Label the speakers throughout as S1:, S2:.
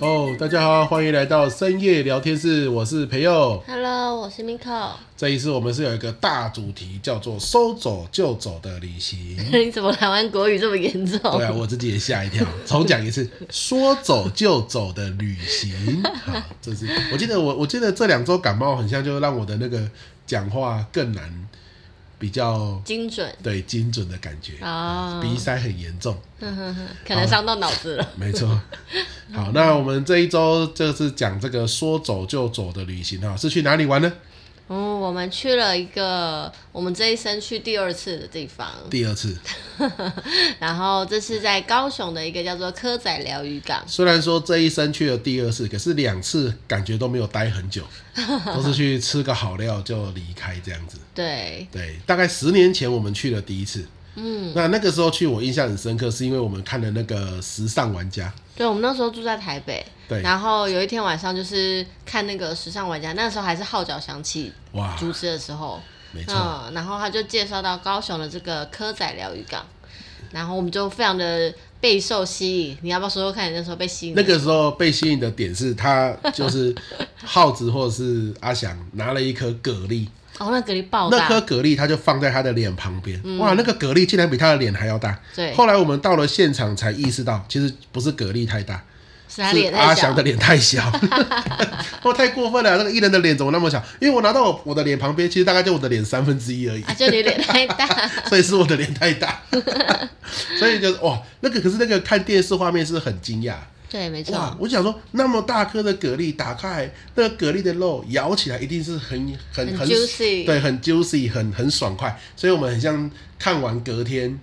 S1: 哦大家好，欢迎来到深夜聊天室，我是培佑。
S2: Hello，我是 Miko。”。
S1: 这一次我们是有一个大主题，叫做“收走就走的旅行
S2: 你怎么台湾国语这么严重？
S1: 对啊，我自己也吓一跳。重讲一次，说走就走的旅行。好，这是我记得我我记得这两周感冒很像，就让我的那个讲话更难，比较
S2: 精准
S1: 对精准的感觉，
S2: 哦，
S1: 鼻塞很严重。
S2: 哼哼哼 可能伤到脑子了。
S1: 没错。好，那我们这一周就是讲这个说走就走的旅行啊哈，是去哪里玩呢？
S2: 嗯，我们去了一个我们这一生去第二次的地方，
S1: 第二次，
S2: 然后这是在高雄的一个叫做科仔疗渔港。
S1: 虽然说这一生去了第二次，可是两次感觉都没有待很 久，都是去吃个好料就离开这样子。
S2: 对，
S1: 对，大概十年前我们去了第一次。嗯，那那个时候去我印象很深刻，是因为我们看了那个《时尚玩家》。
S2: 对，我们那时候住在台北，
S1: 对，
S2: 然后有一天晚上就是看那个《时尚玩家》，那时候还是号角响起
S1: 哇，
S2: 主持的时候，
S1: 没错，
S2: 嗯，然后他就介绍到高雄的这个科仔疗渔港，然后我们就非常的备受吸引。你要不要说说看你那时候被吸引？
S1: 那个时候被吸引的点是，他就是 耗子或者是阿翔拿了一颗蛤蜊，
S2: 哦，那蛤蜊爆
S1: 那
S2: 大，嗯
S1: 颗蛤蜊，它就放在他的脸旁边。哇，那个蛤蜊竟然比他的脸还要大。
S2: 对
S1: 后来我们到了现场才意识到，其实不是蛤蜊太大，
S2: 是他
S1: 是
S2: 脸
S1: 阿
S2: 太
S1: 翔
S2: 小
S1: 的。脸太 小。我太过分了，那个艺人的脸怎么那么小？因为我拿到我我的脸旁边，其实大概就我的脸三分之一 而已，
S2: 啊，就你脸太 大，
S1: 所以是我的脸太大。 所以就是哇，那个可是那个看电视画面是很惊讶。
S2: 对，没
S1: 哇
S2: 错，！
S1: 我想说，那么大颗的蛤蜊，打开那个蛤蜊的肉，咬起来一定是很很
S2: 很 juicy
S1: 对，很 juicy，很很爽快。所以我们很像看完隔天，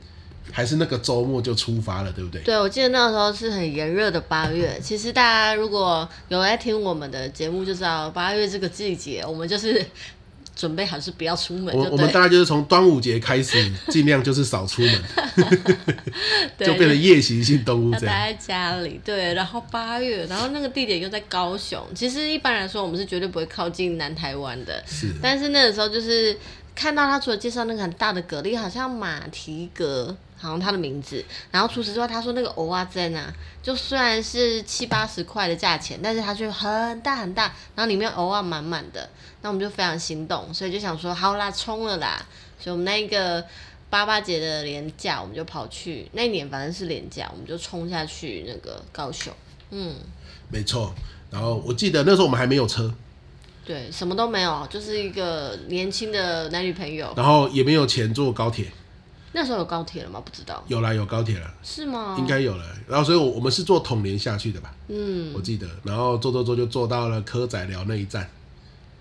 S1: 还是那个周末就出发了，对不对？
S2: 对，我记得那时候是很炎热的八月。其实大家如果有在听我们的节目，就知道八月这个季节，我们就是准备好是不要出门，
S1: 我
S2: 就
S1: 我们
S2: 对，
S1: 大概就是从端午节开始，尽量就是少出门，
S2: 对
S1: 就变成夜行性动物
S2: 要
S1: 这
S2: 待
S1: 样。
S2: 在家里，对。然后八月，然后那个地点又在高雄。其实一般来说，我们是绝对不会靠近南台湾的。
S1: 是
S2: 但是那个时候就是看到他除了介绍那个很大的蛤蜊，好像马蹄蛤，好像他的名字。然后除此之外，他说那个蚵仔煎啊，就虽然是七八十块的价钱，但是它却很大很大，然后里面蚵仔啊满满的，那我们就非常心动，所以就想说好啦，冲了啦。所以我们那一个八八节的连假，我们就跑去那一年反正是连假，我们就冲下去那个高雄。嗯，
S1: 没错。然后我记得那时候我们还没有车，
S2: 对，什么都没有，就是一个年轻的男女朋友。
S1: 然后也没有钱坐高铁，
S2: 那时候有高铁了吗？不知道，
S1: 有啦，有高铁了，
S2: 是吗？
S1: 应该有了。然后所以我我们是坐统联下去的吧？
S2: 嗯，
S1: 我记得，然后坐坐坐就坐到了科仔寮那一站，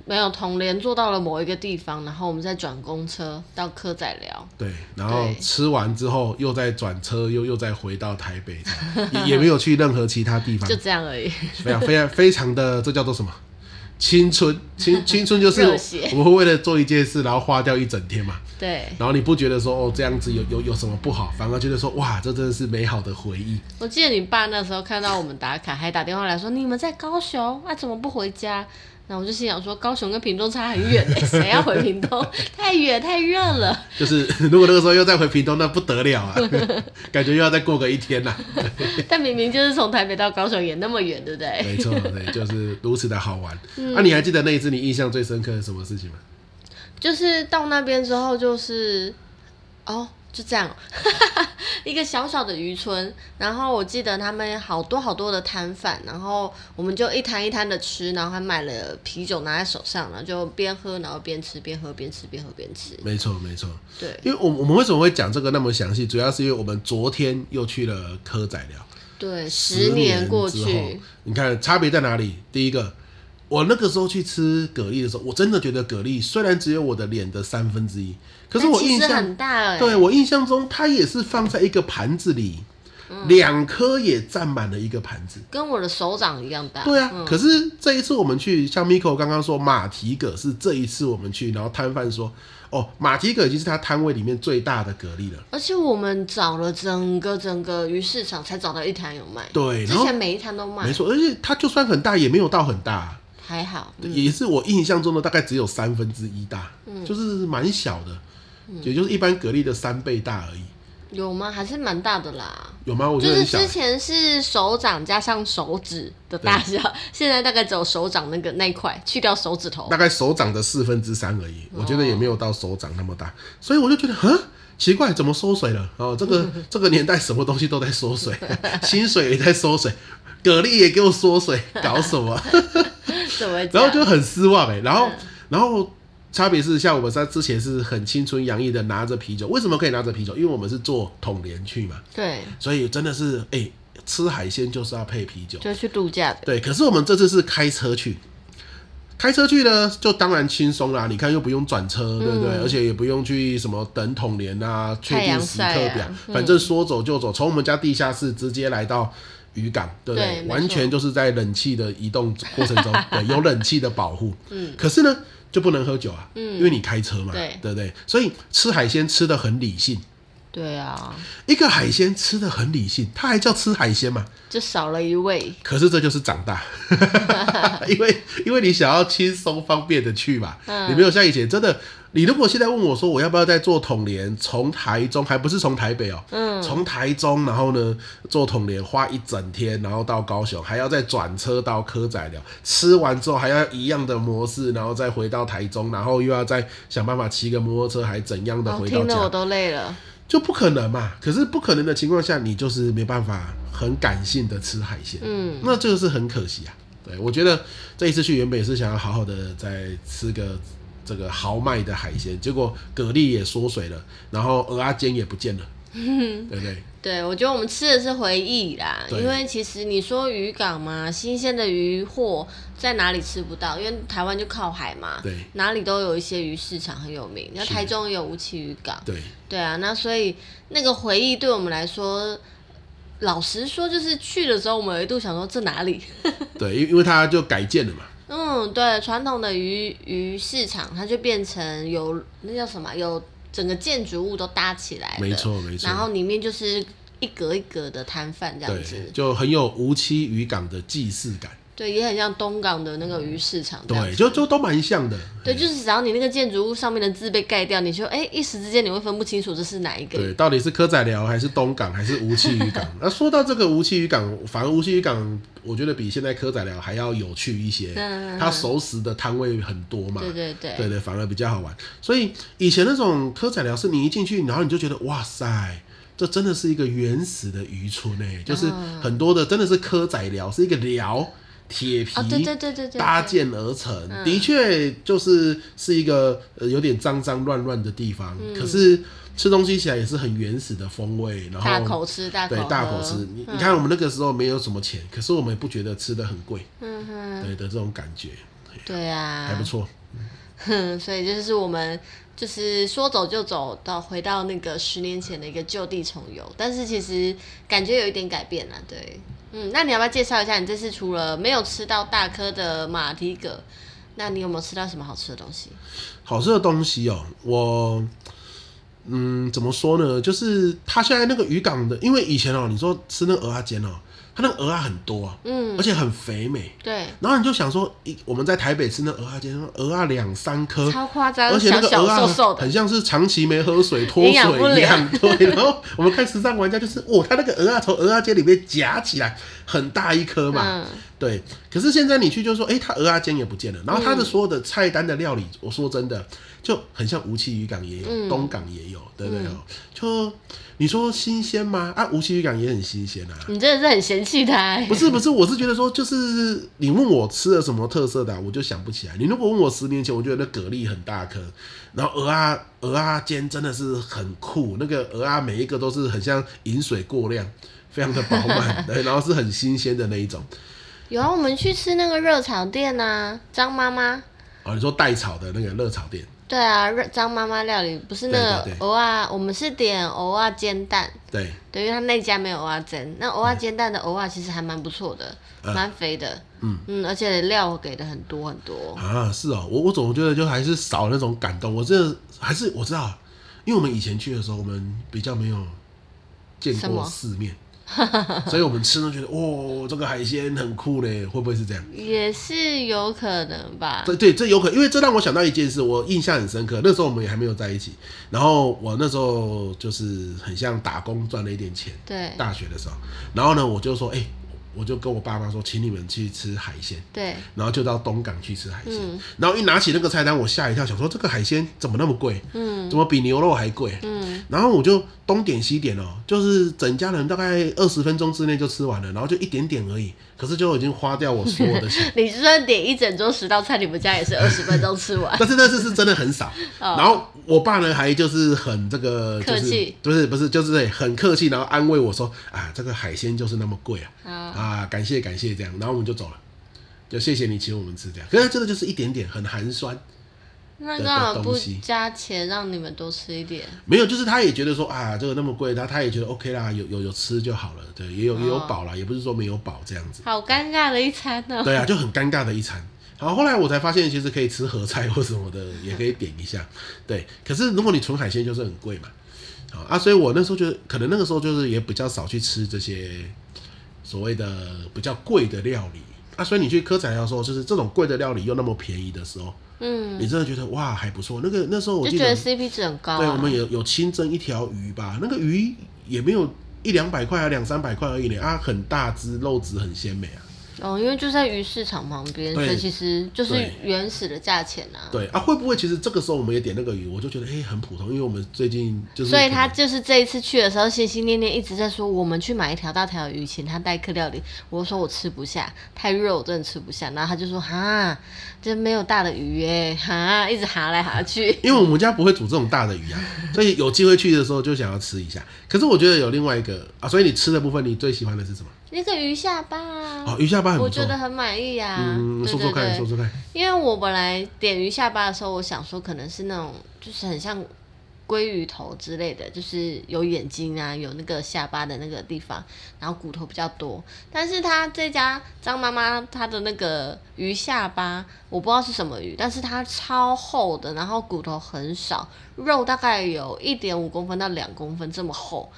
S2: 没有。同联坐到了某一个地方，然后我们再转公车到科仔寮。
S1: 对，然后
S2: 对
S1: 吃完之后又再转车，又又再回到台北这样， 也也没有去任何其他地方
S2: 就，这样而已，
S1: 非常非常非常的这叫做什么？青春， 青青春就是
S2: 热血
S1: 我们会为了做一件事，然后花掉一整天嘛。
S2: 对
S1: 然后你不觉得说哦这样子有有有什么不好，反而觉得说哇这真的是美好的回忆。
S2: 我记得你爸那时候看到我们打卡，还打电话来说你们在高雄啊，怎么不回家？那我就心想说，高雄跟屏东差很远、 欸，谁要回屏东？太远太热了。
S1: 就是如果那个时候又再回屏东，那不得了 啊，感觉又要再过个一天啦、
S2: 但明明就是从台北到高雄也那么远，对不对？
S1: 没错，对， 就是如此的好玩。
S2: 嗯
S1: 啊，你还记得那一次你印象最深刻的什么事情吗？
S2: 就是到那边之后，就是哦，就这样， 一个小小的渔村。然后我记得他们好多好多的摊贩，然后我们就一摊一摊的吃，然后还买了啤酒拿在手上，然后就边喝，然后边吃，边喝边吃，边喝边 吃。
S1: 没错，没错。
S2: 对，
S1: 因为我我们为什么会讲这个那么详细，主要是因为我们昨天又去了科仔寮，
S2: 对，
S1: 十
S2: 十年过
S1: 之后
S2: 去，，
S1: 你看差别在哪里？第一个，我那个时候去吃蛤蜊的时候，我真的觉得蛤蜊虽然只有我的脸的三分之一，可是
S2: 但
S1: 我
S2: 其
S1: 印
S2: 实
S1: 象
S2: 很大哎、
S1: 对我印象中它也是放在一个盘子里，
S2: 嗯
S1: 两颗也占满了一个盘子。
S2: 跟我的手掌一样大。
S1: 对啊，
S2: 嗯
S1: 可是这一次我们去，像 Miko 刚刚说马蹄蛤是这一次我们去，然后摊贩说，哦，马蹄蛤已经是他摊位里面最大的蛤蜊了。
S2: 而且我们找了整个整个鱼市场才找到一摊有卖，
S1: 对，
S2: 之
S1: 然后
S2: 前每一摊都卖
S1: 没，错，而且它就算很大，也没有到很大、
S2: 还好。
S1: 也是我印象中的大概只有三
S2: 嗯
S1: 分之一大，就是蛮小的，也就是一般蛤蜊的三倍大而已。
S2: 有吗？还是蛮大的啦。
S1: 有吗？我觉
S2: 就
S1: 得
S2: 是
S1: 很小
S2: 之。前是手掌加上手指的大小， 现在大概只有手掌那个那一块，去掉手指头
S1: 大。概手掌的四分之三而已，我觉得也没有到手掌那么大，所以我就觉得，哼，奇怪，怎么缩水了？哦，这个这个年代什么东西都在缩水，薪水也在缩水，蛤蜊也给我缩水，搞什么？
S2: 怎么
S1: 然后
S2: 讲？
S1: 就很失望哎、然后然后差别是，像我们在之前是很青春洋溢的拿着啤酒，为什么可以拿着啤酒？因为我们是做统联去嘛，
S2: 对，
S1: 所以真的是哎、吃海鲜就是要配啤酒，
S2: 就去度假的。
S1: 对，可是我们这次是开车去，开车去呢，就当然轻松啦。你看，又不用转车，对不对？
S2: 嗯
S1: 而且也不用去什么等统联啊，确
S2: 太阳
S1: 定时刻
S2: 晒啊
S1: 表，反正说走就走，从我们家地下室直接来到。渔港对不
S2: 对没错
S1: 完全就是在冷气的移动过程 中，对，有冷气的保护。嗯，可是呢，就不能喝酒啊，嗯，因为你开车嘛，
S2: 对
S1: 不对？所以吃海鲜吃的很理性，
S2: 对啊，
S1: 一个海鲜吃的很理性，它还叫吃海鲜嘛？
S2: 就少了一位。
S1: 可是这就是长大，因为因为你想要轻松方便的去嘛，你没有像以前真的。你如果现在问我说我要不要再做统联，从台中还不是从台北哦，嗯，从台中然后呢做统联花一整天，然后到高雄还要再转车到科仔寮，吃完之后还要一样的模式，然后再回到台中，然后又要再想办法骑个摩托车还怎样的
S2: 哦，
S1: 回到
S2: 听
S1: 家，
S2: 得我都累了。
S1: 就不可能嘛。可是不可能的情况下，你就是没办法很感性的吃海鲜，
S2: 嗯，
S1: 那这个是很可惜啊。对，我觉得这一次去原本也是想要好好的再吃个这个豪迈的海鲜，结果蛤蜊也缩水了，然后鹅阿煎也不 见了，对不对？
S2: 对，我觉得我们吃的是回忆啦，
S1: 对
S2: 因为其实你说渔港嘛，新鲜的渔货在哪里吃不到？因为台湾就靠海嘛，
S1: 对
S2: 哪里都有一些鱼市场很有名。那
S1: 是
S2: 台中也有乌旗渔港，
S1: 对，
S2: 对啊，那所以那个回忆对我们来说，老实说，就是去的时候，我们有一度想说这哪里？
S1: 对，因因为它就改建了嘛，
S2: 嗯，对，传统的鱼鱼市场，它就变成有那叫什么，啊有整个建筑物都搭起来的
S1: 没错没错
S2: 然后里面就是一格一格的摊贩这样
S1: 对，
S2: 子，
S1: 就很有无期渔港的既视感，
S2: 对，也很像东港的那个鱼市场这样
S1: 对，
S2: 子。
S1: 就就都蛮像的，
S2: 对，就是只要你那个建筑物上面的字被盖掉，你就哎、一时之间你会分不清楚这是哪一个。
S1: 对，到底是科仔寮还是东港还是无期渔港？ 那说到这个无期渔港，反而无期渔港，我觉得比现在科仔寮还要有趣一些。
S2: 嗯
S1: 它熟食的摊位很多嘛，
S2: 对对对
S1: 对对，反而比较好玩。所以以前那种科仔寮是你一进去，然后你就觉得哇塞。这真的是一个原始的渔村诶、就是
S2: 嗯
S1: 很多的真的是科仔寮，是一个寮铁皮、
S2: 哦对对对对对
S1: 搭建而成，
S2: 嗯
S1: 的确就是是一个呃有点脏脏乱乱的地方，
S2: 嗯
S1: 可是吃东西起来也是很原始的风味，然后
S2: 大口吃，大口嗯
S1: 对大口
S2: 喝
S1: 吃。你、你看我们那个时候没有什么钱，可是我们也不觉得吃的很贵，
S2: 嗯哼，
S1: 对的这种感觉
S2: 对啊，
S1: 还不错。
S2: 哼， 所以这就是我们就是说走就走到回到那个十年前的一个就地重游，但是其实感觉有一点改变了，对，嗯，那你要不要介绍一下你这次除了没有吃到大颗的马蹄蛤，那你有没有吃到什么好吃的东西？
S1: 好吃的东西哦，我嗯怎么说呢？就是它现在那个渔港的，因为以前哦，你说吃那个鹅啊煎哦，它那个鹅啊很多啊，
S2: 嗯，
S1: 而且很肥美。
S2: 对，
S1: 然后你就想说，一我们在台北吃那鹅啊煎，鹅啊两三颗，
S2: 超夸张，
S1: 而且那
S2: 小
S1: 个
S2: 小
S1: 鹅啊
S2: 瘦瘦的
S1: 很，像是长期没喝水脱水
S2: 营养不
S1: 一样
S2: 良。
S1: 对，然后我们看时尚玩家就是，哇，它那个鹅啊从鹅啊煎里面夹起来，很大一颗嘛。
S2: 嗯，
S1: 对，可是现在你去就说，哎、它鹅啊煎也不见了，然后它的所有的菜单的料理，我说真的，就很像无锡渔港也有，
S2: 嗯
S1: 东港也有，对不对哦？就你说新鲜吗？啊，无锡渔港也很新鲜啊。
S2: 你真的是很嫌弃它、欸
S1: 不，是不是，我是觉得说，就是你问我吃了什么特色的啊、我就想不起来。你如果问我十年前，我觉得那蛤蜊很大颗，然后鹅啊鹅啊煎真的是很酷，那个鹅啊每一个都是很像饮水过量，非常的饱满，对，然后是很新鲜的那一种。
S2: 有啊，我们去吃那个热炒店啊，张妈妈。
S1: 哦，你说代炒的那个热炒店，
S2: 对啊，热张妈妈料理不是那
S1: 对
S2: 个
S1: 对对
S2: 偶啊，我们是点偶啊煎蛋，
S1: 对，
S2: 对，因为他那家没有蚵仔煎，那蚵仔煎蛋的蚵仔其实还蛮不错的，
S1: 嗯
S2: 蛮、肥的，嗯而且料给的很多很多，
S1: 啊，是哦，我我总觉得就还是少那种感动。我这还是我知道，因为我们以前去的时候，我们比较没有见
S2: 什
S1: 过
S2: 么
S1: 世面，所以我们吃都觉得哦，这个海鲜很酷嘞，会不会是这样？
S2: 也是有可能吧。
S1: 对对，这有可能，因为这让我想到一件事，我印象很深刻。那时候我们也还没有在一起，然后我那时候就是很像打工赚了一点钱，
S2: 对
S1: 大学的时候，然后呢，我就说，哎、我就跟我爸妈说，请你们去吃海鲜，
S2: 对，
S1: 然后就到东港去吃海鲜，
S2: 嗯
S1: 然后一拿起那个菜单，我吓一跳，想说这个海鲜怎么那么贵？
S2: 嗯
S1: 怎么比牛肉还贵？
S2: 嗯，
S1: 然后我就东点西点哦，就是整家人大概二十分钟之内就吃完了，然后就一点点而已，可是就已经花掉我所有的 钱。
S2: 你就算点一整桌十道菜，你们家 也是二十分钟吃完。
S1: 但是那次是真的很少。
S2: 哦
S1: 然后我爸呢，还就是很这个，就
S2: 客
S1: 是
S2: 气
S1: 不是不是，就是很客气，然后安慰我说啊，这个海鲜就是那么贵啊，
S2: 好，
S1: 啊，感谢感谢这样，然后我们就走了。就谢谢你请我们吃这样，可是它真的就是一点点，很寒酸。
S2: 那
S1: 的
S2: 刚好
S1: 东
S2: 不
S1: 西
S2: 加钱，让你们多吃一点。
S1: 没有，就是他也觉得说啊，这个那么贵，他他也觉得 OK 啦，有有有吃就好了，对，也有也有
S2: 哦
S1: 饱啦，也不是说没有饱这样子。
S2: 好尴尬的一餐哦。
S1: 对啊，就很尴尬的一餐。然后后来我才发现，其实可以吃合菜或什么的，也可以点一下。对，可是如果你纯海鲜，就是很贵嘛。好啊，所以我那时候就可能那个时候就是也比较少去吃这些所谓的比较贵的料理啊。所以你去科彩要说，就是这种贵的料理又那么便宜的时候，
S2: 嗯，
S1: 你真的觉得哇还不错。那个那时候我
S2: 就
S1: 记
S2: 觉
S1: 得
S2: 得 CP 值很高、啊。
S1: 对，我们有有清蒸一条鱼吧，那个鱼也没有一两百块啊，两三百块而已呢啊，很大只，肉质很鲜美啊。
S2: 哦，因为就在鱼市场旁边，所
S1: 对
S2: 以其实就是
S1: 对
S2: 原始的价钱啊。
S1: 对啊，会不会其实这个时候我们也点那个鱼，我就觉得哎、诶很普通，因为我们最近就是
S2: 所以
S1: 可
S2: 他
S1: 能
S2: 就是这一次去的时候，心心念念一直在说，我们去买一条大条的鱼，请他代客料理。我说我吃不下，太热，我真的吃不下。然后他就说哈，这没有大的鱼耶，哈，一直哈来哈去。
S1: 因为我们家不会煮这种大的鱼啊，所以有机会去的时候就想要吃一下。可是我觉得有另外一个啊，所以你吃的部分你最喜欢的是什么？
S2: 那个鱼下巴啊，
S1: 哦，鱼下巴很不
S2: 我
S1: 错
S2: 觉，得很满意呀、啊。
S1: 嗯，
S2: 对
S1: 说
S2: 对
S1: 说看，
S2: 对
S1: 说，说看，
S2: 因为我本来点鱼下巴的时候，我想说可能是那种就是很像鲑鱼头之类的，就是有眼睛啊，有那个下巴的那个地方，然后骨头比较多。但是他这家张妈妈她的那个鱼下巴，我不知道是什么鱼，但是它超厚的，然后骨头很少，肉大概有一点五公分到两公分这么厚。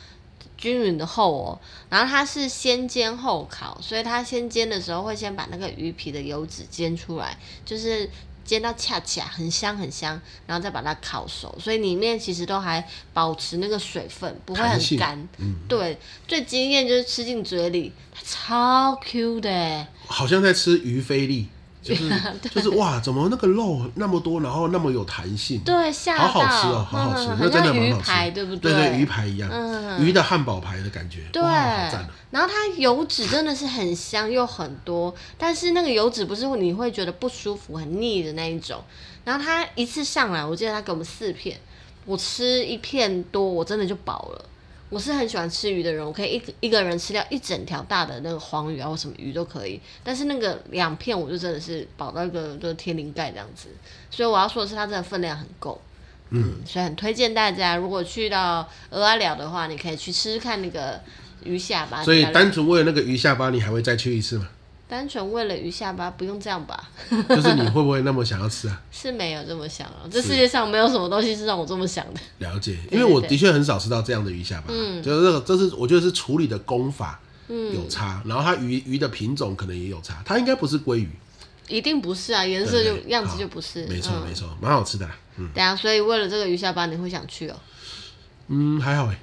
S2: 均匀的厚哦，然后它是先煎后烤，所以它先煎的时候会先把那个鱼皮的油脂煎出来，就是煎到恰恰很香很香，然后再把它烤熟，所以里面其实都还保持那个水分，不会
S1: 弹
S2: 很
S1: 性
S2: 干。
S1: 嗯，
S2: 对，最惊艳就是吃进嘴里，它超 Q 的欸，
S1: 好像在吃鱼菲力，就是 就是哇，怎么那个肉那么多，然后那么有弹性，
S2: 对，吓
S1: 好
S2: 到，
S1: 好吃哦，好好吃，
S2: 嗯
S1: 那
S2: 很
S1: 真的
S2: 像
S1: 蛮
S2: 鱼
S1: 好吃
S2: 排，
S1: 的，
S2: 对不
S1: 对
S2: 对
S1: 鱼排一样，
S2: 嗯
S1: 鱼的汉堡排的感觉，
S2: 对，
S1: 哇好赞哦
S2: 然后它油脂真的是很香又很多，但是那个油脂不是你会觉得不舒服、很腻的那一种。然后它一次上来，我记得它给我们四片，我吃一片多，我真的就饱了。我是很喜欢吃鱼的人，我可以一个一个人吃掉一整条大的那个黄鱼啊，或什么鱼都可以。但是那个两片，我就真的是饱到一个就是天灵盖这样子。所以我要说的是，它真的分量很够。嗯，所以很推荐大家，如果去到鹅阿寮的话，你可以去吃吃看那个鱼下巴。
S1: 所以
S2: 大概
S1: 单纯为了那个鱼下巴，你还会再去一 次吗？
S2: 单纯为了鱼下巴，不用这样吧？
S1: 就是你会不会那么想要吃啊？
S2: 是没有这么想啊，这世界上没有什么东西是让我这么想的。
S1: 了解，因
S2: 对嗯
S1: 为我的确很少吃到这样的鱼下巴，就是这个，这是我觉得是处理的功法有差，然后它鱼鱼的品种可能也有差，它应该不是鲑鱼，
S2: 一定不是啊，颜色
S1: 对
S2: 就
S1: 不对
S2: 样子就不是。
S1: 好呃没错
S2: 嗯
S1: 没错，蛮好吃的啦，嗯
S2: 对啊，所以为了这个鱼下巴，你会想去哦。
S1: 嗯，还好哎，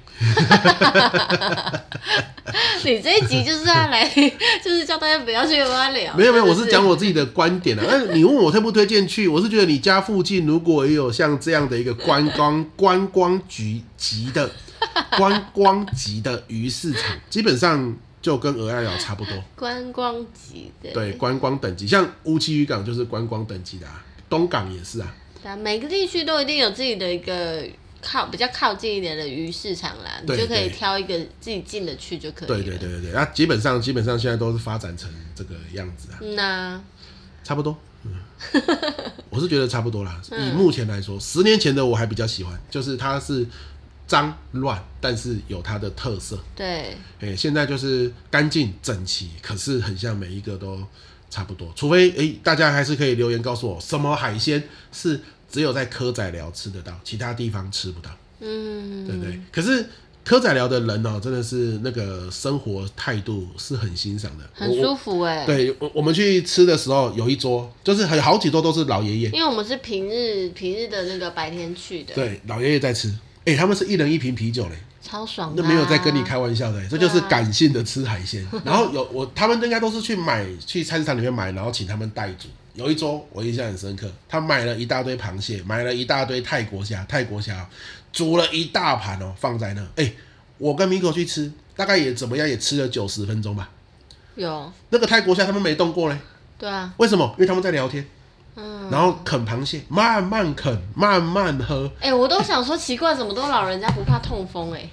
S2: 你这一集就是要来， 就是叫大家不要去跟他聊。
S1: 没有没有，我
S2: 真
S1: 是
S2: 的
S1: 讲我自己的观点 啊，那你问我推不推荐去，我是觉得你家附近如果也有像这样的一个观光观光局级 的观光级的鱼市场，基本上就跟鹅鸭寮差不多。
S2: 观光级的。
S1: 对，观光等级，像乌七渔港就是观光等级的、啊，东港也是啊。
S2: 对啊，每个地区都一定有自己的一个靠比较靠近一点的鱼市场啦，你
S1: 对
S2: 就可
S1: 对
S2: 以挑一个自己进的去就可以了。
S1: 对对对对对，那、基本上基本上现在都是发展成这个样子啊，
S2: 嗯呐、
S1: 差不多。嗯， 我是觉得差不多啦。
S2: 嗯
S1: 以目前来说，十年前的我还比较喜欢，就是它是脏乱，但是有它的特色。
S2: 对，
S1: 哎、现在就是干净整齐，可是很像每一个都差不多，除非哎、大家还是可以留言告诉我，什么海鲜是只有在科仔寮吃得到，其他地方吃不到。
S2: 嗯，
S1: 对不对？可是科仔聊的人哦，真的是那个生活态度是很欣赏的，
S2: 很
S1: 我我
S2: 舒服哎、
S1: 对，我我们去吃的时候，有一桌就是很好几桌都是老爷爷，
S2: 因为我们是平日平日的那个白天去的，
S1: 对，老爷爷在吃。哎、他们是一人一瓶啤酒嘞，
S2: 超爽的、
S1: 那
S2: 啊。
S1: 没有在跟你开玩笑的、欸这就是
S2: 对啊
S1: 感性的吃海 鲜。然后有我，他们应该都是去买，去菜市场里面买，然后请他们带煮。有一桌我印象很深刻，他买了一大堆螃蟹，买了一大堆泰国虾，泰国虾哦煮了一大盘哦，放在那。哎、我跟 Miko 去吃，大概也怎么样也吃了九十分钟吧。
S2: 有，
S1: 那个泰国虾他们没动过嘞，
S2: 对啊，
S1: 为什么？因为他们在聊天。
S2: 嗯。
S1: 然后啃螃蟹，慢慢啃，慢慢喝。
S2: 哎、我都想说奇怪，怎么都老人家不怕痛风哎、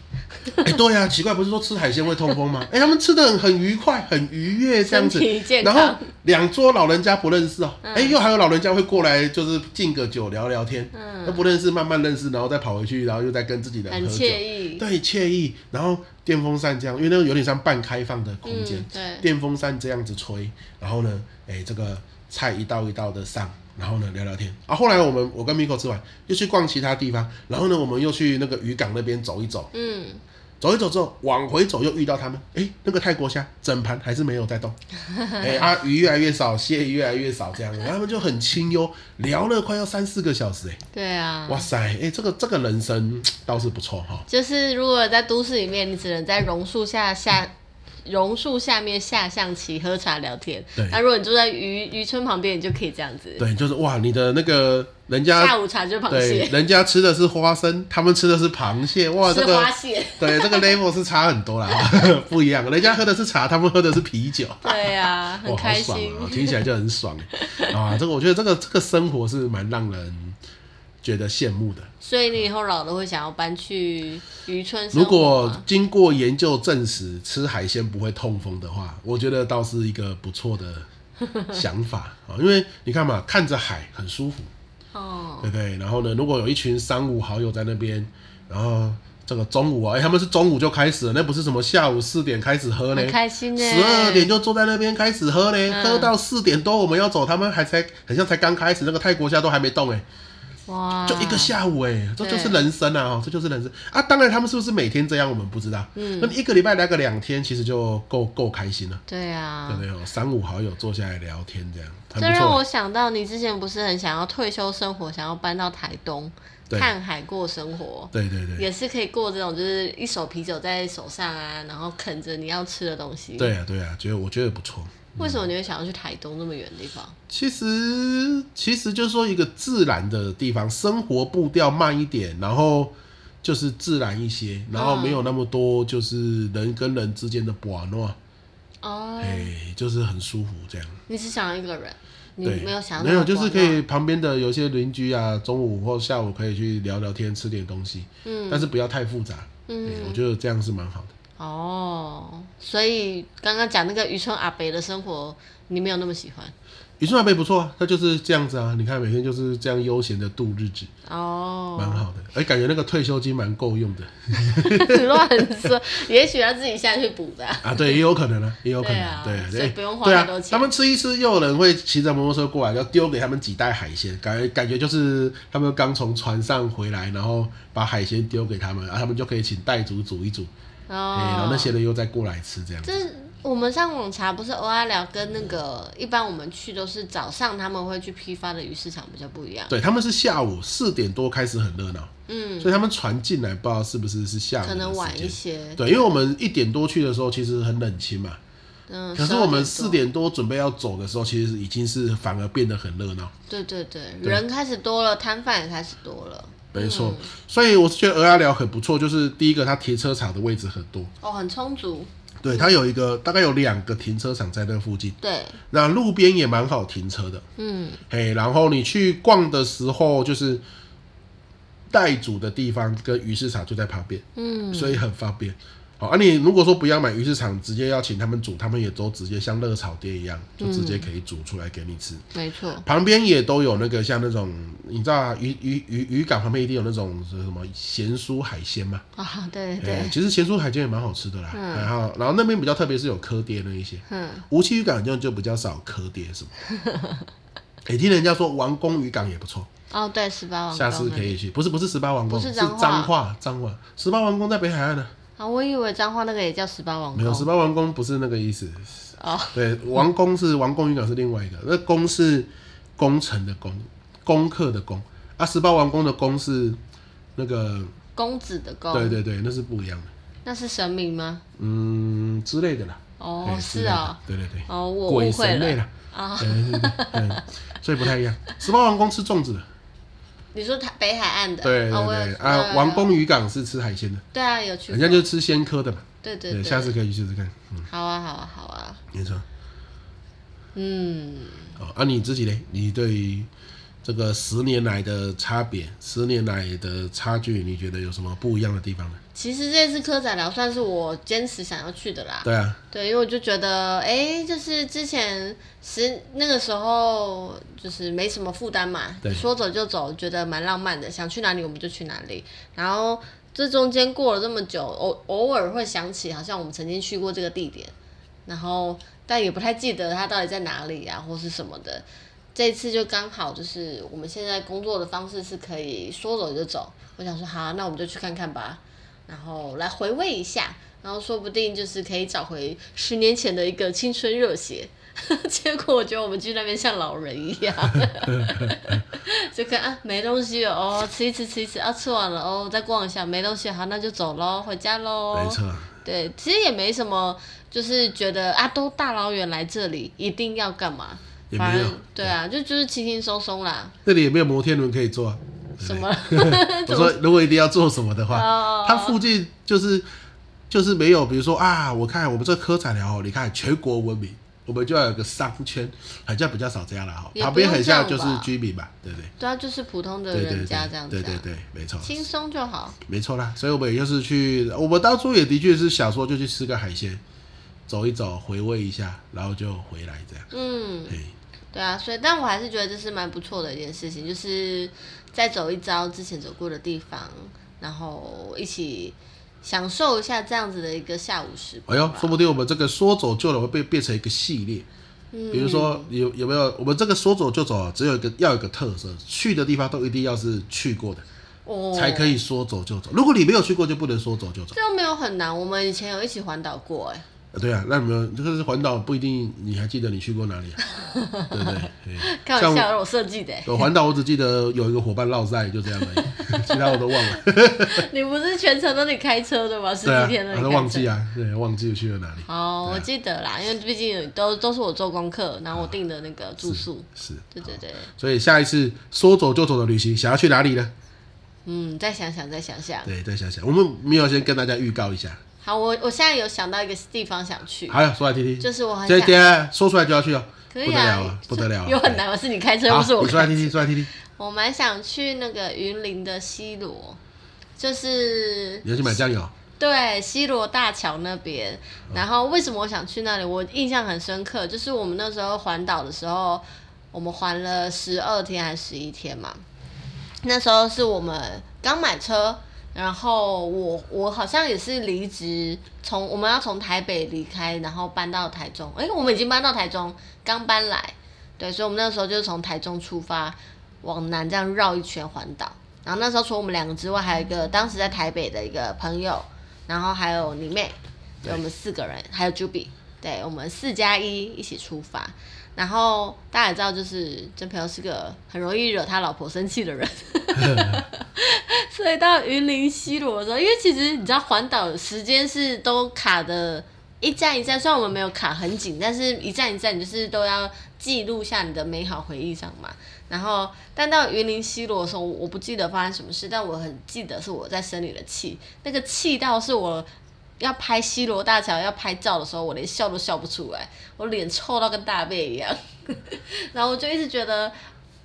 S1: 哎、对呀、奇怪，不是说吃海鲜会痛风吗？哎、他们吃的很很愉快，很愉悦这样子
S2: 身体。健
S1: 然
S2: 康
S1: 后两桌老人家不认识哦，哎、
S2: 嗯
S1: 又还有老人家会过来，就是敬个酒聊聊天，
S2: 嗯
S1: 那不认识慢慢认识，然后再跑回去，然后又再跟自己人
S2: 很
S1: 喝酒，
S2: 惬意。
S1: 对，惬意。然后电风扇这样，因为那个有点像半开放的空间，
S2: 嗯，对，
S1: 电风扇这样子吹，然后呢，哎、这个菜一道一道的上，然后呢聊聊天啊。后来我们我跟 Miko 吃完，又去逛其他地方，然后呢，我们又去那个渔港那边走一走，
S2: 嗯，
S1: 走一走之后往回走又遇到他们，哎、那个泰国虾整盘还是没有在动，哎、啊鱼越来越少，蟹越来越少这样，然后他们就很清幽，聊了快要三四个小时、哎、
S2: 对啊。
S1: 哇塞，哎、这个这个人生倒是不错哈。
S2: 就是如果在都市里面，你只能在榕树下下榕树下面下象棋、喝茶、聊天
S1: 对。
S2: 那如果你住在渔渔村旁边，你就可以这样子，
S1: 对，就是哇，你的那个人家
S2: 下午茶就是螃
S1: 对，
S2: 蟹，
S1: 人家吃的是花生，他们吃的是螃蟹，哇，这
S2: 吃
S1: 个
S2: 花蟹。
S1: 对这个 level 是差很多啦， 哈不一样。人家喝的是茶，他们喝的是啤酒，
S2: 对啊，很
S1: 哇，好
S2: 开
S1: 爽
S2: 心。
S1: 啊，听起来就很爽 哎啊！这个我觉得这个这个生活是蛮让人觉得羡慕的。
S2: 所以你以后老了会想要搬去渔村生
S1: 如
S2: 活
S1: 果
S2: 吗
S1: 经过研究证实吃海鲜不会痛风的话，我觉得倒是一个不错的想法啊，因为你看嘛，看着海很舒服，
S2: 哦，
S1: 对不对？然后呢，如果有一群三五好友在那边，然后这个中午啊，哎、他们是中午就开始了，那不是什么下午四点开始喝呢
S2: 很，开心呢。
S1: 十二点就坐在那边开始喝呢，
S2: 嗯
S1: 喝到四点多我们要走，他们还才很像才刚开始，那个泰国虾都还没动哎，
S2: 哇，
S1: 就一个下午哎，这
S2: 哦
S1: 就
S2: 对
S1: 是人生啊，哦这就是人生啊！当然他们是不是每天这样我们不知道，嗯，那一个礼拜来个两天，其实就够够开心了。
S2: 对
S1: 对
S2: 啊
S1: 不。对哦？三五好友坐下来聊天，这样很
S2: 这
S1: 不
S2: 让
S1: 错。
S2: 我想到，你之前不是很想要退休生活，想要搬到台东
S1: 对
S2: 看海过生活？
S1: 对对对，
S2: 也是可以过这种，就是一手啤酒在手上啊，然后啃着你要吃的东西。，
S1: 对啊对啊，觉得我觉得不错。
S2: 为什么你会想要去台东那么远的地方？
S1: 其实其实就是说一个自然的地方，生活步调慢一点，然后就是自然一些，然后没有那么多就是人跟人之间的把诺，
S2: 哦
S1: 哎、，就是很舒服这样。
S2: 你只想要一个人，你
S1: 对，
S2: 没有想要
S1: 没有，就是可以
S2: 那么
S1: 旁边的有些邻居啊，中午或下午可以去聊聊天，吃点东西，
S2: 嗯
S1: 但是不要太复杂。
S2: 广
S1: 哎
S2: 啊
S1: 我觉得这样是蛮好的。
S2: 嗯哦，所以刚刚讲那个渔村阿北的生活，你没有那么喜欢
S1: 宇顺阿贝不错啊，他就是这样子啊，你看每天就是这样悠闲的度日子，
S2: 哦，
S1: 蛮好的。哎、感觉那个退休金蛮够用的。
S2: 乱说，也许要自己下去补的啊、
S1: 啊，对，也有可能啊，也有可能，
S2: 对啊
S1: 对
S2: 所以
S1: 哎
S2: 不用花
S1: 对
S2: 太多
S1: 啊，
S2: 钱
S1: 他们吃一吃，又有人会骑着摩托车过来，要丢给他们几袋海鲜，感觉感觉就是他们刚从船上回来，然后把海鲜丢给他们，啊然、后他们就可以请袋主煮一煮， 哎、然后
S2: 哦，
S1: 那些人又再过来吃这样子。
S2: 就是我们上网查，不是欧阿聊跟那个一般我们去都是早上他们会去批发的鱼市场比较不一样。
S1: 对，他们是下午四点多开始很热闹，
S2: 嗯，
S1: 所以他们船进来不知道是不是是下午
S2: 可能
S1: 的
S2: 晚一
S1: 时间。
S2: 些。
S1: 对，因为我们一点多去的时候其实很冷清嘛，
S2: 嗯，
S1: 可是我们
S2: 12
S1: 四点多准备要走的时候，其实已经是反而变得很热闹。
S2: 多，对对对，人开始多了，摊贩也开始多了。
S1: 没错，
S2: 嗯
S1: 所以我是觉得鹅鸭寮很不错，就是第一个它停车场的位置很多，
S2: 哦，很充足。
S1: 对，它有一个大概有两个停车场在那附近，
S2: 对，
S1: 那路边也蛮好停车的，
S2: 嗯，
S1: 嘿，然后你去逛的时候就是。带主的地方跟鱼市场就在旁边，
S2: 嗯，
S1: 所以很方便。好，啊，你如果说不要买鱼市场，直接要请他们煮，他们也都直接像热炒店一样，就直
S2: 嗯
S1: 接可以煮出来给你吃。
S2: 没错。
S1: 旁边也都有那个像那种，你知道啊渔渔渔渔港旁边一定有那种什么咸酥海鲜嘛？
S2: 啊，对对
S1: 哎
S2: 对，
S1: 其实咸酥海鲜也蛮好吃的啦。哎
S2: 嗯
S1: 然后，然后那边比较特别是有科爹那一些，
S2: 嗯，
S1: 无锡渔港就就比较少科爹 什么。也、听人家说王宫渔港也不错，
S2: 哦，对，十八王啊
S1: 下次可以去。不是不是十八王宫，
S2: 不是
S1: 是
S2: 彰化
S1: 彰化彰化，十八王宫在北海岸呢、
S2: 啊，我以为彰化那个也叫十八王
S1: 没有十
S2: 宫
S1: 八王宫不是那个意思，
S2: 哦，
S1: 对，王宫是王宫渔港是另外一个，那宫是工程的工，功课的功啊，十八王宫的宫是那个，
S2: 公子的公，
S1: 对对对，那是不一样的，
S2: 那是神明吗？
S1: 嗯之类的啦。
S2: 哦，
S1: 对之类
S2: 是
S1: 哎的
S2: 哦，
S1: 对对对，
S2: 哦，我
S1: 鬼
S2: 误会
S1: 神类
S2: 了
S1: 啦，
S2: 啊、
S1: 对对对，嗯，所以不太一样。十八王宫吃粽子的，
S2: 你说台北海岸的，
S1: 对对
S2: 哦、我有
S1: 对啊，王，宫渔港是吃海鲜的，
S2: 对啊，有去
S1: 人
S2: 过，
S1: 家就是吃鲜科的嘛。
S2: 对对
S1: 对，
S2: 对，
S1: 下次可以试试看，嗯，
S2: 好啊，好啊，好啊，
S1: 没错。
S2: 嗯，
S1: 哦，啊，你自己嘞？你对于这个十年来的差别，十年来的差距，你觉得有什么不一样的地方呢？
S2: 其实这次科展聊算是我坚持想要去的啦，
S1: 对啊，
S2: 对，因为我就觉得，哎、就是之前十那个时候就是没什么负担嘛
S1: 对，
S2: 说走就走，觉得蛮浪漫的，想去哪里我们就去哪里。然后这中间过了这么久，偶偶尔会想起，好像我们曾经去过这个地点，然后但也不太记得它到底在哪里啊，或是什么的。这一次就刚好就是我们现在工作的方式是可以说走就走，我想说好啊，那我们就去看看吧。然后来回味一下，然后说不定就是可以找回十年前的一个青春热血。 结果我觉得我们去那边像老人一 样，就看啊没东西了哦，吃一吃吃一吃啊，吃完了哦，再逛一下，没东西好，那就走喽，回家喽。
S1: 没错，啊
S2: 对，其实也没什么，就是觉得啊，都大老远来这里，一定要干嘛？
S1: 也
S2: 反
S1: 没有
S2: 正，对啊，就就是轻轻松松啦，
S1: 那里也没有摩天轮可以坐啊。对
S2: 什
S1: 不对
S2: 么
S1: 我说，如果一定要做什么的话，
S2: 哦
S1: 它附近就是就是没有，比如说啊，我看我们这科展聊，你看全国闻名，我们就要有个商圈，好像比较少这样了哈。
S2: 也不
S1: 旁边
S2: 用
S1: 很像就
S2: 这样
S1: 是
S2: 吧
S1: 居民嘛，对不对？
S2: 对啊，就是普通的
S1: 对对
S2: 人
S1: 对
S2: 家这样子、啊，
S1: 对对对，没错，
S2: 轻松就好。
S1: 没错啦，所以我们也就是去，呃我们当初也的确是想说就去吃个海鲜，走一走，回味一下，然后就回来这样。
S2: 嗯，
S1: 对，
S2: 对啊，所以但我还是觉得这是蛮不错的一件事情，就是再走一遭之前走过的地方，然后一起享受一下这样子的一个下午时
S1: 哎
S2: 光
S1: 呦
S2: 吧。，
S1: 说不定我们这个说走就走会被变成一个系列，
S2: 嗯
S1: 比如说有有没有我们这个说走就走，只有一个要有一个特色，去的地方都一定要是去过的，
S2: 哦，
S1: 才可。以说走就走。如果你没有去过，就不能说走就走。
S2: 这又没有很难，我们以前有一起环岛过、哎，
S1: 啊对啊，那没有就是环岛不一定，你还记得你去过哪 里啊？对不对？对
S2: 开玩笑，我设计的、哎
S1: 我环岛我只记得有一个伙伴落赛，就这样而已， 其他我都忘了。
S2: 你不是全程都你开车的吗？十
S1: 对啊，
S2: 几天都
S1: 他
S2: 你
S1: 都
S2: 开
S1: 忘
S2: 车
S1: 记啊，对，啊忘记去了哪里。
S2: 哦，我记得啦，因为毕竟有都都是我做功课，然后我订的那个住宿，
S1: 是，
S2: 对对对，
S1: 所以下一次说走就走的旅行，想要去哪里呢？
S2: 嗯，再想想，再想想。
S1: 对，再想想，我们没有先跟大家预告一下，
S2: 好，我我现在有想到一个地方想去，
S1: 还有说来听听，
S2: 就是我很
S1: 这
S2: 想
S1: 等一下说出来就要去哦，
S2: 可
S1: 不得
S2: 以
S1: 了
S2: 啊
S1: 啊，，不得了啊，
S2: 有很难吗？是你开
S1: 对。
S2: 车，
S1: 好，
S2: 不是我
S1: 你说来
S2: 开
S1: 听听，说来听听，
S2: 我蛮想去那个云林的西螺，就是
S1: 你要去买酱油，啊
S2: 对西螺大桥那边。然后为什么我想去那里？我印象很深刻，就是我们那时候环岛的时候，我们环了十二天还是十一天嘛。那时候是我们刚买车，然后我我好像也是离职，从我们要从台北离开，然后搬到台中。哎诶，我们已经搬到台中，刚搬来，对，所以我们那时候就是从台中出发，往南这样绕一圈环岛。然后那时候除了我们两个之外，还有一个当时在台北的一个朋友，然后还有你妹，对，我们四个人，还有 Juby，对我们四加一一起出发。然后大家也知道，就是真朋友是个很容易惹他老婆生气的人， 所以到云林西罗的时候，因为其实你知道环岛时间是都卡的，一站一站，虽然我们没有卡很紧，但是一站一站你就是都要记录下你的美好回忆上嘛。然后，但到云林西罗的时候，我不记得发生什么事，但我很记得是我在生你的气，那个气到是我要拍西罗大桥要拍照的时候，我连笑都笑不出来，我脸臭到跟大便一样。 然后我就一直觉得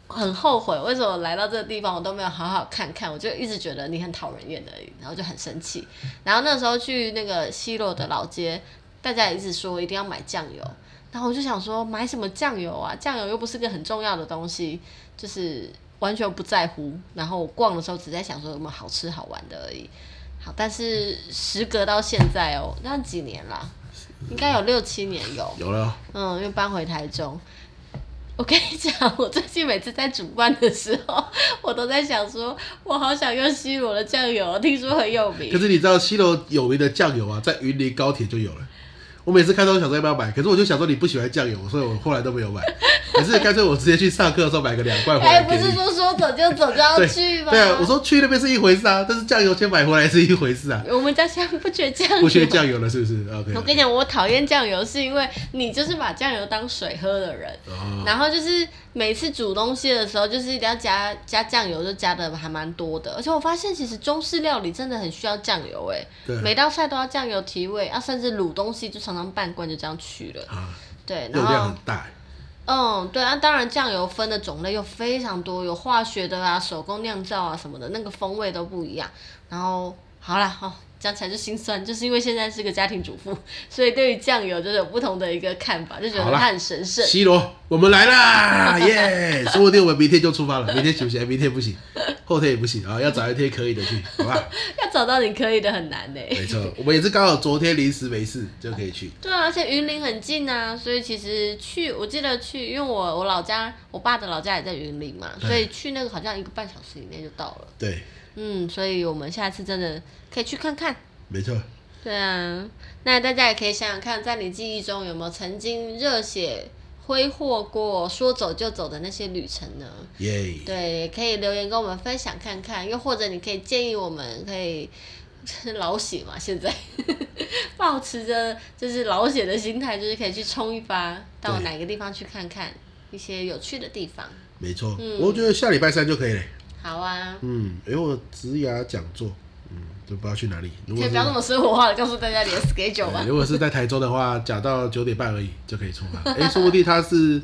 S2: 很后悔，为什么来到这个地方我都没有好好看看？我就一直觉得你很讨人厌而已，然后就很生气。然后那时候去那个西罗的老街，大家也一直说一定要买酱油，然后我就想说买什么酱油啊？酱油又不是个很重要的东西，就是完全不在乎。然后我逛的时候只在想说有没有好吃好玩的而已。好，但是时隔到现在哦，那几年啦，应该有六七年有。
S1: 有了哦，
S2: 嗯，又搬回台中。我跟你讲， 我最近每次在煮饭的时候，我都在想说，我好想用西罗的酱油，听说很有名
S1: 可。是你知道西楼有名的酱油啊，在云林高铁就有了。我每次看到都想说要不要买，可是我就想说你不喜欢酱油，所以我后来都没有买。可是干脆我直接去上课的时候买个两罐回
S2: 哎、
S1: 来
S2: 不
S1: 给
S2: 是
S1: 你。
S2: 说说走就走就要
S1: 对
S2: 哦去吗？
S1: 对啊，我说去那边是一回事啊，但是酱油先买回来是一回事 啊，
S2: 我们家现在不缺酱油。
S1: 不缺酱油了是不是？OK。
S2: 我跟你讲，我讨厌酱油是因为你就是把酱油当水喝的人。
S1: 哦，
S2: 然后就是每次煮东西的时候，就是一定要加加酱油，就加的还蛮多的。而且我发现，其实中式料理真的很需要酱油，哎，
S1: 对
S2: 每道菜都要酱油提味，啊，甚至卤东西就常常半罐就这样去了。
S1: 啊，
S2: 对，然
S1: 热量
S2: 后
S1: 很大欸。
S2: 嗯，对啊，当然酱油分的种类又非常多，有化学的啊、手工酿造啊什么的，那个风味都不一样。然后好啦，哦，讲起来就心酸，就是因为现在是个家庭主妇，所以对于酱油就是有不同的一个看法，就觉
S1: 好
S2: 得
S1: 啦
S2: 它很神圣。
S1: 西罗，我们来 啦，耶！说不定我们明天就出发了，明天行不行？哎明天不行，后天也不行啊，要找一天可以的去，好 吧？
S2: 要找到你可以的很难呢、
S1: 没错，我们也是刚好昨天临时没事就可以去。
S2: 对啊，而且云林很近啊，所以其实去，我记得去，因为我我老家，我爸的老家也在云林嘛，
S1: 对
S2: 所以去那个好像一个半小时以内就到了。
S1: 对，
S2: 嗯，所以我们下次真的可以去看看。
S1: 没错，
S2: 对啊，那大家也可以想想看，在你记忆中有没有曾经热血挥霍过、说走就走的那些旅程呢？
S1: 耶！
S2: 对，也可以留言跟我们分享看看，又或者你可以建议我们可以 老血嘛，现在 保持着就是老血的心态，就是可以去冲一发，到
S1: 对
S2: 哪个地方去看看一些有趣的地方。
S1: 没错，
S2: 嗯
S1: 我觉得下礼拜三就可以了。
S2: 好啊，
S1: 嗯，因为我职涯讲座，嗯，都不知道去哪里。如
S2: 可
S1: 果
S2: 以
S1: 是
S2: 不要那么生活化的告诉大家你的 schedule
S1: 对
S2: 吗？
S1: 如果是在台州的话，讲到九点半而已就可以出发。哎，说不定他是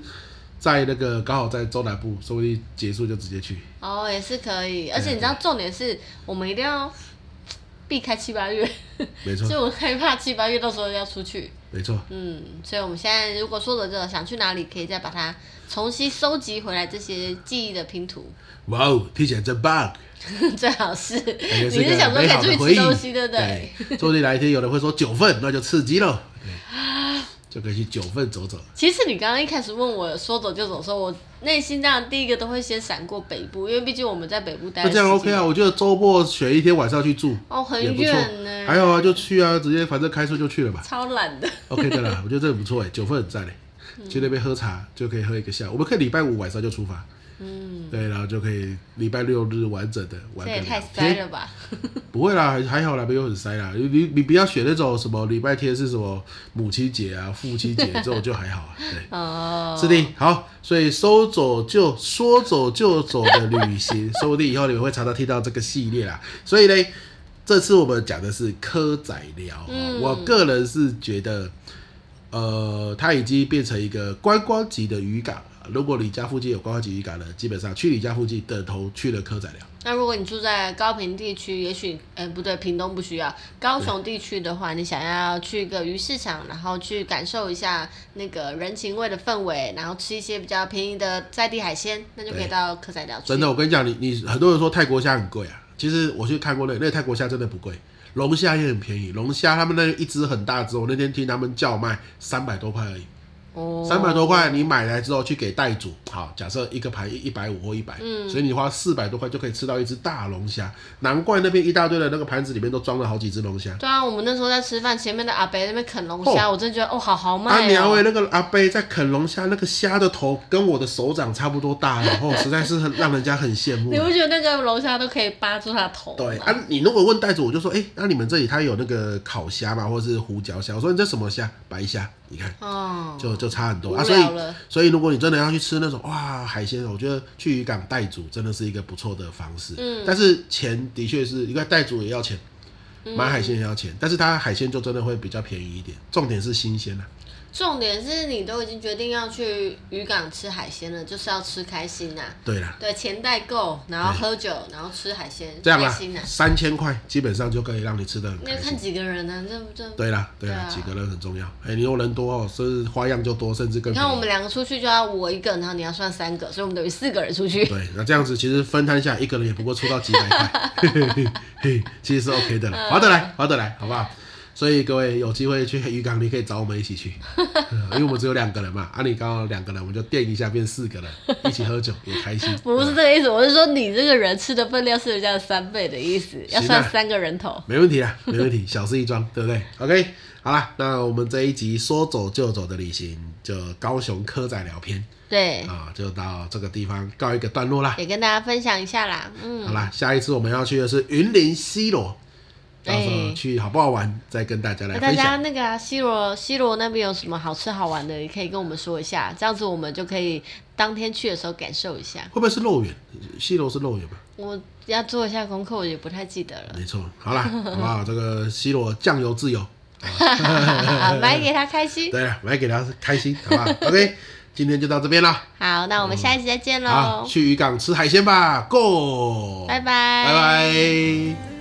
S1: 在那个刚好在中南部，说不定结束就直接去。
S2: 哦，也是可以，而且你知道重点是我们一定要避开七八月，
S1: 没错，
S2: 就我害怕七八月到时候要出去。
S1: 没错，
S2: 嗯，所以我们现在如果说的这个想去哪里，可以再把它重新收集回来这些记忆的拼图，
S1: 哇哦，听起来真棒！
S2: 最好是
S1: 感觉
S2: 你
S1: 是一
S2: 是想
S1: 哎个
S2: 说可
S1: 美好
S2: 以
S1: 的
S2: 出
S1: 回忆。
S2: 去吃东西，对不对？
S1: 说不定哪一天有人会说九份，那就刺激了，对 就可以去九份走走。
S2: 其实你刚刚一开始问我说走就走的时候，我内心当然第一个都会先闪过北部，因为毕竟我们在北部待
S1: 那
S2: 了
S1: 这样
S2: 十几
S1: OK
S2: 年
S1: 啊？我觉得周末选一天晚上去住，
S2: 哦，
S1: 也
S2: 很
S1: 不错
S2: 远呢、。
S1: 还有啊，就去啊，直接反正开车就去了嘛。
S2: 超懒的。
S1: OK 的啦，我觉得这很不错哎，九份很赞嘞，去那边喝茶就可以喝一个下午。我们可以礼拜五晚上就出发，嗯，对，然后就可以礼拜六日完整的玩
S2: 这
S1: 个
S2: 也太
S1: 两
S2: 塞
S1: 天。
S2: 了吧！
S1: 不会啦，还还好啦，没有很塞啦。你你你不要选那种什么礼拜天是什么母亲节啊、父亲节这种就还好啊。对，
S2: 哦，
S1: 是的，好，所以收走就说走就走的旅行，说不定以后你们会常常听到这个系列啦。所以呢，这次我们讲的是科仔聊哦、
S2: 嗯
S1: 我个人是觉得，呃，它已经变成一个观光级的渔港了。如果你家附近有观光级渔港呢，基本上去你家附近等同去了科仔寮。
S2: 那如果你住在高平地区，也许，哎、不对，屏东不需要，高雄地区的话，你想要去一个鱼市场，然后去感受一下那个人情味的氛围，然后吃一些比较便宜的在地海鲜，那就可以
S1: 对
S2: 到客仔寮去。
S1: 真的，我跟你讲，你你很多人说泰国虾很贵啊，其实我去看过那那个泰国虾真的不贵，龙虾也很便宜，龙虾他们那一只很大只，我那天听他们叫卖三百多块而已，
S2: 哦，
S1: 三百多块你买来之后去给袋主，好，假设一个盘一百五或一百，
S2: 嗯
S1: 所以你花四百多块就可以吃到一只大龙虾，难怪那边一大堆的那个盘子里面都装了好几只龙虾。
S2: 对啊，我们那时候在吃饭，前面的阿伯在那边啃龙虾，我真的觉得哦，好豪
S1: 阿
S2: 迈
S1: 苗
S2: 哦。
S1: 哎，那个阿贝在啃龙虾，那个虾的头跟我的手掌差不多大，然后实在是很让人家很羡慕。
S2: 你不觉得那个龙虾都可以扒住他的 头
S1: 对
S2: 吗？
S1: 啊，你如果问袋主，我就说，哎、那、你们这里它有那个烤虾嘛，或者是胡椒虾？我说你这什么虾？白虾，你看
S2: 哦，
S1: 就就差很多
S2: 无
S1: 啊。所以
S2: 聊了
S1: 所以如果你真的要去吃那种哇海鲜，我觉得去渔港袋主真的是一个不错的方式。
S2: 嗯
S1: 但是钱的确是因为袋主也要钱，
S2: 嗯
S1: 买海鲜也要钱，但是它海鲜就真的会比较便宜一点，重点是新鲜啊。
S2: 重点是你都已经决定要去渔港吃海鲜了，就是要吃开心啊呐、
S1: 对啦，
S2: 对，钱代购，然后喝酒，然后吃海鲜，
S1: 这样啊
S2: 开
S1: 啦
S2: 心呐、，啊
S1: 三千块基本上就可以让你吃的很
S2: 那
S1: 开
S2: 要
S1: 心
S2: 看。几个人呢、这不这不。
S1: 对啦，对啦，
S2: 对啊
S1: 几个人很重要。哎、你如果人多哦，是花样就多，甚至更
S2: 你看
S1: 便宜
S2: 我们两个出去就要我一个，然后你要算三个，所以我们等于四个人出去。
S1: 对，那这样子其实分摊下来，一个人也不过出到几百块，嘿嘿嘿，其实是 OK 的了，划得来，划得来，好不好？所以各位有机会去渔港，你可以找我们一起去， 嗯因为我们只有两个人嘛。啊，你刚好两个人，我们就垫一下变四个人，一起喝酒也开心。
S2: 不是
S1: 嗯
S2: 这个意思，我是说你这个人吃的分量是人家的三倍的意思，
S1: 啊
S2: 要算三个人头。
S1: 没问题啦，没问题，小事一桩，对不对？OK，好啦，那我们这一集说走就走的旅行，就高雄科仔聊篇
S2: 对，
S1: 啊，就到这个地方告一个段落啦。
S2: 也跟大家分享一下啦。嗯，
S1: 好啦，下一次我们要去的是云林西螺，到时候
S2: 哎
S1: 去好不好玩，再跟大家来
S2: 那大
S1: 分
S2: 家
S1: 享。
S2: 那个啊，西罗西罗那边有什么好吃好玩的，也可以跟我们说一下，这样子我们就可以当天去的时候感受一下。
S1: 会不会是肉圆？西螺是肉圆吧？
S2: 我要做一下功课，我也不太记得了。
S1: 没错，好啦，好不好？这个西罗酱油自由，
S2: 买给他开心。
S1: 对了，买给他开心，好不好？OK，今 天就到这边了，
S2: 好，那我们下一集再见
S1: 好，
S2: 喽，
S1: 去渔港吃海鲜吧，Go，
S2: 拜拜，
S1: 拜拜